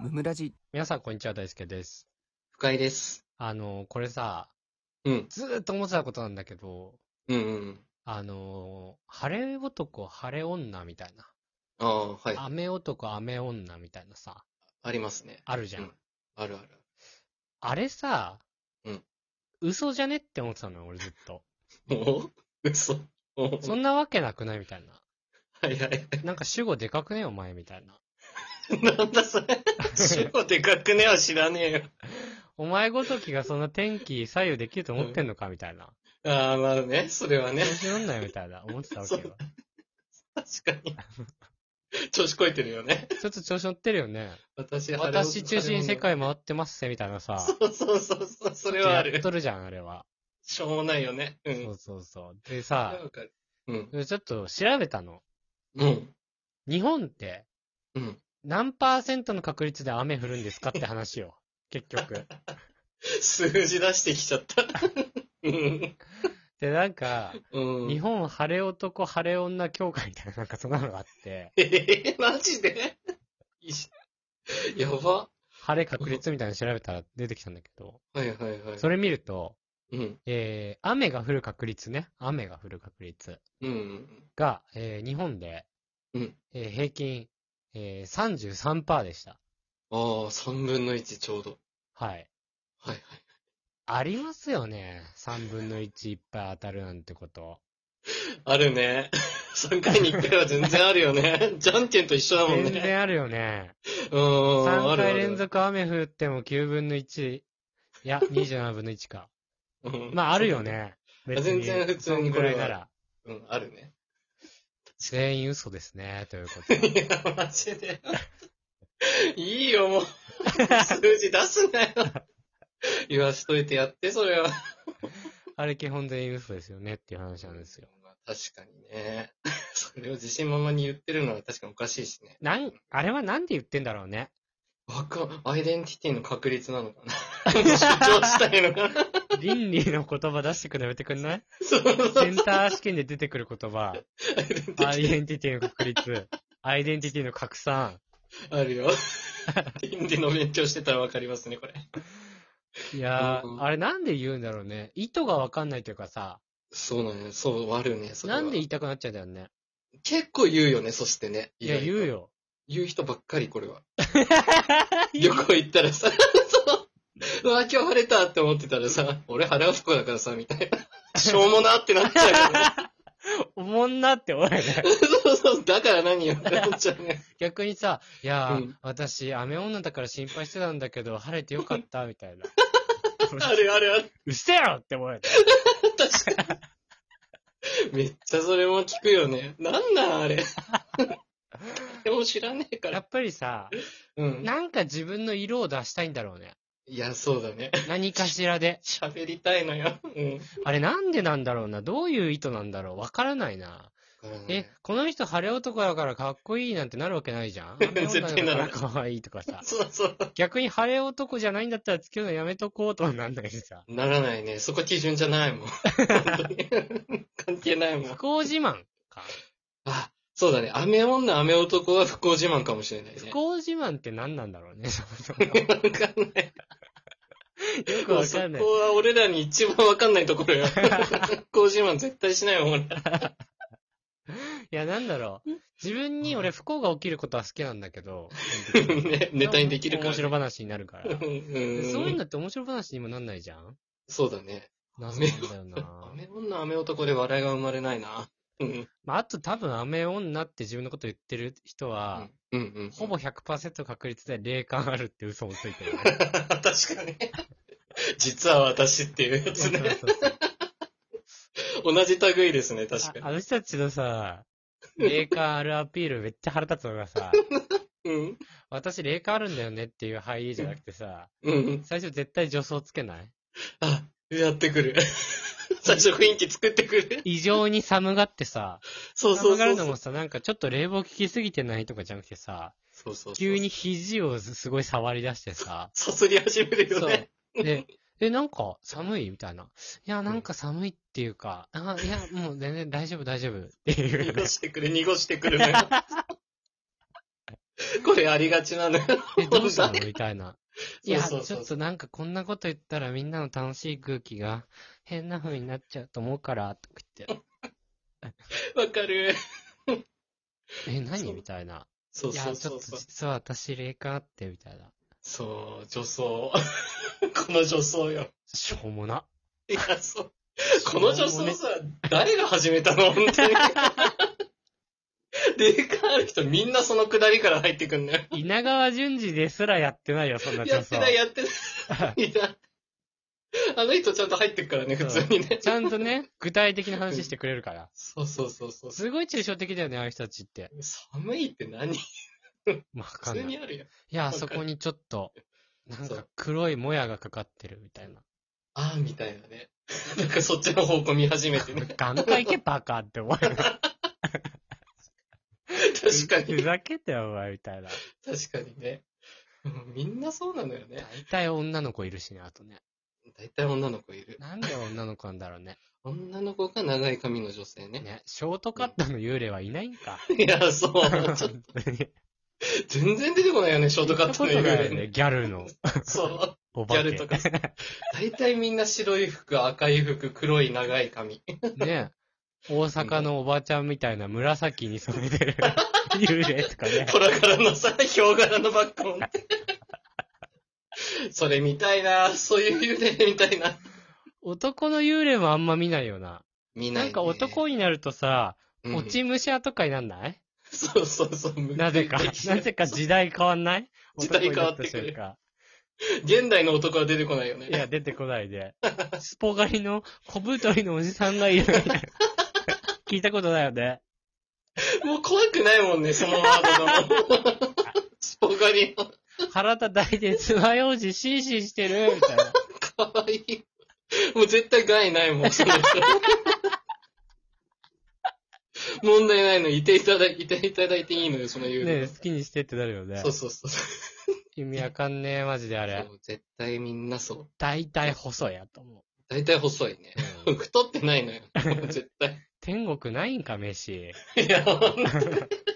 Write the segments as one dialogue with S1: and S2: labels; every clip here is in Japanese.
S1: ムムラジ
S2: 皆さん、こんにちは。大輔です。
S3: 不快です。
S2: あの、これさ、
S3: うん。
S2: ずーっと思ってたことなんだけど、
S3: うんうん。
S2: あの、晴れ男、晴れ女みたい
S3: ああ、はい。
S2: な、
S3: あ
S2: 雨男、雨女みたいなさ、
S3: りますね。
S2: あるじゃ
S3: うんん。あるある。
S2: あれさ、
S3: うん
S2: 嘘じゃねって思ってたのよ、俺ずっと。
S3: お嘘。お
S2: そ
S3: は
S2: んなわけなくないみたいな。
S3: いはい。
S2: なんか主語でかくねお前みたいな。
S3: なんだそれ。主語でかくねは知らねえよ。
S2: お前ごときがそんな天気左右できると思ってんのかみたいな。
S3: ああ、まあね、それはね
S2: 調。子乗んなよみたいな思ってたわけよ。
S3: 確かに。調子こいてるよね。
S2: ちょっと調子乗ってるよね。
S3: 私、
S2: 私中心に世
S3: あ
S2: 界回ってますぜみたいなさ。
S3: れも。そうそうそうそう、それはあ
S2: やっ
S3: る
S2: と。るじゃん、あれは。
S3: しょうもないよね。う
S2: そ
S3: ん。
S2: うそうそう。でさ、
S3: わかる。うん。
S2: ちょっと調べたの。
S3: うん。
S2: 日本って
S3: うん。
S2: 何パーセントの確率で雨降るんですかって話 よ。結局。
S3: 数字出してきちゃった。 うん。
S2: で、なんか、
S3: うん。
S2: 日本晴れ男晴れ女協会みたいな、なんかそんなのがあって、
S3: えー、マジでいしやば。
S2: 晴れ確率みたいなの調べたら出てきたんだけど、
S3: はいはいはい。
S2: それ見ると、
S3: うん。
S2: えー、雨が降る確率ね。雨が降る確率
S3: うん。
S2: が、えー、日本で、
S3: うん
S2: えー平均、えー、33%でした。
S3: ああ、三分の一ちょうど。
S2: はい。
S3: はい
S2: ありますよね。3分の1いっぱい当たるなんてこと。
S3: はい。あるね。3回 に1回は全然ある よね。じゃんけんと一緒だもん
S2: 全
S3: ね。
S2: 然あるよね。
S3: うーん、
S2: 3
S3: あるあ
S2: 回
S3: る
S2: 連。続雨降っても9分の1。いや、27分の1か。
S3: うん
S2: まあ、あるよ。ね。
S3: う
S2: 別に。
S3: 全然普通に
S2: そんぐらいな
S3: これ
S2: ら。
S3: うん、あるね。
S2: 全員嘘ですね、ということで。
S3: いや、マジで。いい よ、もう。数字出すなよ。言わしといてやって、それは。
S2: あれ基本全員嘘ですよねっていう話なんですよ。
S3: まあ確かにね。 それを自信満々に言ってるのは確かにおかしいしね。
S2: なん、あれはなんで言ってんだろうね。
S3: わかん、アイデンティティの確率なのかな主張したいのかな
S2: 倫理の言葉出してくれやめてくんない
S3: そうそう
S2: センター試験で出てくる言葉。
S3: アイデンティ
S2: ア
S3: テ
S2: イデンティティの確率。アイデンティティの拡散。
S3: ィあるよ。インディの勉強してたらわかりますね、これ。
S2: いや
S3: う
S2: ー、
S3: ん
S2: あれなんで言うんだろうね。意図がわかんないというかさ、
S3: そうなのよ。そう、あるね、それ
S2: な
S3: は。
S2: んで言いたくなっちゃうんだよね。
S3: 結構言うよね、そしてね。
S2: いや、
S3: 意外と
S2: 言う。よ。
S3: 言う人ばっかり、これは。旅行行ったらさ、そう。うわ、今日晴れたって思ってたらさ、俺晴れ男だからさ、みたいな。しょうもなってなっちゃうよね。
S2: おもんなって思うよ ね。
S3: そうそう、だから何よってなっちゃうね。
S2: 逆にさ、いやー、
S3: うん
S2: 私、雨女だから心配してたんだけど、晴れてよかった、みたいな。
S3: あるあるある。
S2: うっせえろって思うよね。
S3: 確かに。めっちゃそれも聞くよね。なんなん あれ。でも知らねえか
S2: や
S3: ら。
S2: っぱりさ、
S3: うん。
S2: なんか自分の色を出したいんだろうね。
S3: いや、そうだね。
S2: 何かしらで。
S3: 喋りたいのよ。うん。
S2: あれなんでなんだろうな。どういう意図なんだろう。わからないな。え、この人晴れ男だからかっこいいなんてなるわけないじ ゃん
S3: 絶対な
S2: ら
S3: らない
S2: かわいいとかさ。
S3: そうそう。
S2: 逆に晴れ男じゃないんだったら付き合うのやめとこうとはなんないし さ。
S3: ならないね。そこ基準じゃない もん。本当に関係ないも
S2: 不
S3: ん。
S2: 幸自慢か。
S3: あ、そうだね。雨女、雨男は不幸自慢かもしれないね。
S2: 不幸自慢って何なんだろうね。そもそも
S3: わかんない。
S2: よくわかんない
S3: そ。こは俺らに一番わかんないとこ ろよ。不幸自慢絶対しないもん、俺ら。
S2: いや、なんだろう。自分に俺不幸が起きることは好きなんだけど、
S3: ねネタにできるから、
S2: 面白話になるから。
S3: うんうん
S2: そういうのって面白話にもなんないじゃん
S3: そうだね。
S2: 謎なんだよな。
S3: 雨女、雨男で笑いが生まれないな。うん。
S2: まあ、あと多分雨女って自分のこと言ってる人は、
S3: うんうん。
S2: ほぼ100%確率で霊感あるって嘘をついてる、ね。
S3: 確かに。実は私っていうやつ
S2: そう
S3: ね。
S2: そうそう
S3: 同じ類ですね、確
S2: あ
S3: か
S2: あの人たちの さ、霊感あるアピールめっちゃ腹立つのがさ、
S3: に。うん。
S2: 私霊感あるんだよねっていう入りじゃなくてさ、
S3: うん。
S2: 最初絶対助走つけない
S3: あ、やってくる。最初雰囲気作ってくる。
S2: 異常に寒がってさ、
S3: そう
S2: 寒
S3: そう
S2: が
S3: そ
S2: る
S3: う
S2: の
S3: そう。
S2: もさ、なんかちょっと冷房効きすぎてないとかじゃなくてさ、
S3: そうそうそう
S2: 急に。肘をすごい触り出してさ、
S3: さすり始めるよね。
S2: そう。で、え、なんか寒いみたいな。いや、なんか寒いっていうか、あいや、もう全然大丈夫大丈夫っていう。
S3: 濁してくる、濁してくるのよ。 これありがちなのよ。
S2: え、どうしたのみたいな。いや、
S3: そう
S2: ち
S3: そう
S2: ょっ
S3: そう
S2: となんかこんなこと言ったらみんなの楽しい空気が変な風になっちゃうと思うから、とか言 って。
S3: わかる。
S2: え、
S3: そ
S2: 何
S3: う
S2: みたいな。
S3: そう
S2: いや、
S3: そう
S2: ちょ
S3: そ
S2: っ
S3: う
S2: と
S3: そう。
S2: 実は私霊感あって、みたいな。
S3: そう、女装。 この女装よ。
S2: しょうもな。
S3: いや、そう。この女
S2: しょうも
S3: 装
S2: ね
S3: さ、誰が始めたの本当に。霊感ある人みんなそのくだりから入ってくんね。
S2: 稲川淳二ですらやってないよ、そんな
S3: やってない、
S2: や
S3: やってない。い やあの人ちゃんと入ってくからね、普通にね。
S2: ちゃんとね、具体的な話してくれるから。
S3: そうそうそうそう。
S2: すごい抽象的だよね、ああいう人たちって。
S3: 寒いって何普
S2: まあ、わかん
S3: 通
S2: ない。い
S3: にあるやん。
S2: や、あ
S3: わかる
S2: そこにちょっと、なん
S3: そ
S2: か
S3: う
S2: 黒いもやがかかってるみたい な。
S3: ああ、みたいなね。なんかそっちの方向見始 めてね。
S2: 眼科行けバカって思うよね。
S3: 確か
S2: ふ
S3: に。
S2: ざけてよ、お前、みたいな。
S3: 確かにね。うんみんなそうなのよね。
S2: 大体女の子いるしね、あとね。
S3: 大体女の子いる。
S2: なんで女の子なんだろう ね。
S3: 女の子が長い髪の女性ね。
S2: ね、ショートカットの幽霊はいないんか。
S3: いや、そう。 ちょ
S2: 本当に。
S3: 全然出てこないよね、ショートカットの幽
S2: 言ったことない
S3: 霊
S2: よね
S3: ね。
S2: ギャルの
S3: そう。
S2: お
S3: ギ
S2: 化
S3: ャ
S2: け。
S3: ルとか。大体みんな白い服、赤い服、黒い長い髪。
S2: ね。大阪のおばちゃんみたいな紫に染めて る幽霊とかね。
S3: 虎柄のさ、ヒョウ柄のバッグ持って。それ見たいな、そういう幽霊みたいな。
S2: 男の幽霊もあんま見ないよな。
S3: 見
S2: な
S3: ない、ね。
S2: んか男になるとさ、
S3: うん
S2: 落ち武者とかになんない
S3: そうそうそう。
S2: なぜか。なぜか時代変わんない
S3: 時代変わってく
S2: 男
S3: る
S2: になった
S3: 現代の男は出てこないよね。
S2: 瞬間いや、出てこないで。スポ狩りの小太りのおじさんがいるみた いな。聞いたことないよね。
S3: もう怖くないもんね、そのワードがもう。 スポガリの、
S2: 腹立たいて爪楊枝シーシーしてるみたいな。
S3: かわいい。もう絶対害ない もん、その人。問題ないの、いていただいて、いただいていいのよ、その幽
S2: ね
S3: 霊。
S2: え好きにしてってなるよね
S3: そ。うそうそう。
S2: 意味わかんねえ、マジであれ。
S3: そう絶対みんなそう。
S2: 大体細いやと思
S3: 大体細いね。
S2: う。
S3: 太ってないのよ、もう絶対。
S2: 天国ないんか、飯。
S3: いや、ほんとに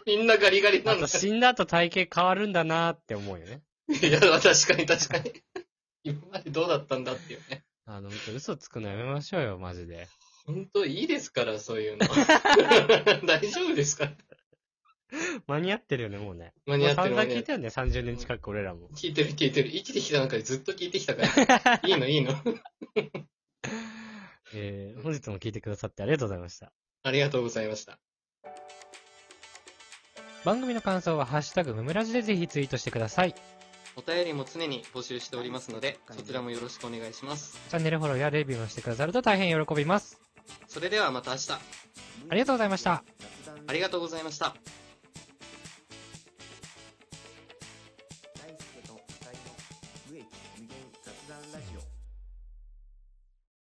S3: みんなガリガリな
S2: あ
S3: んだ
S2: と死んだ後体型変わるんだなって思うよね。
S3: いや、確かに確かに。今までどうだったんだっていうね。
S2: あの、嘘つくのやめましょうよ、マジで。
S3: 本当いいですから、そういう の。大丈夫ですから。
S2: 間に合ってるよね、もうね。
S3: 間に合ってる
S2: もう
S3: 間
S2: 散々
S3: に合
S2: 聞い
S3: ってる。
S2: たよね、30年近く俺らも。
S3: 聞いてる聞いてる。生きてきた中でずっと聞いてきたから。いいのいいの。
S2: えー、本日も聞いてくださってありがとうございました。
S3: ありがとうございました。
S2: 番組の感想は、ハッシュタグムムラジでぜひツイートしてください。チ
S3: お便りも常に募集しておりますので、そちらもよろしくお願いします。
S2: ャンネルフォローやレビューもしてくださると大変喜びます。
S3: それではまた明日、
S2: ありがとうございました。
S3: ありがとうございました。
S1: 大輔と二人の無益無限雑談ラジオ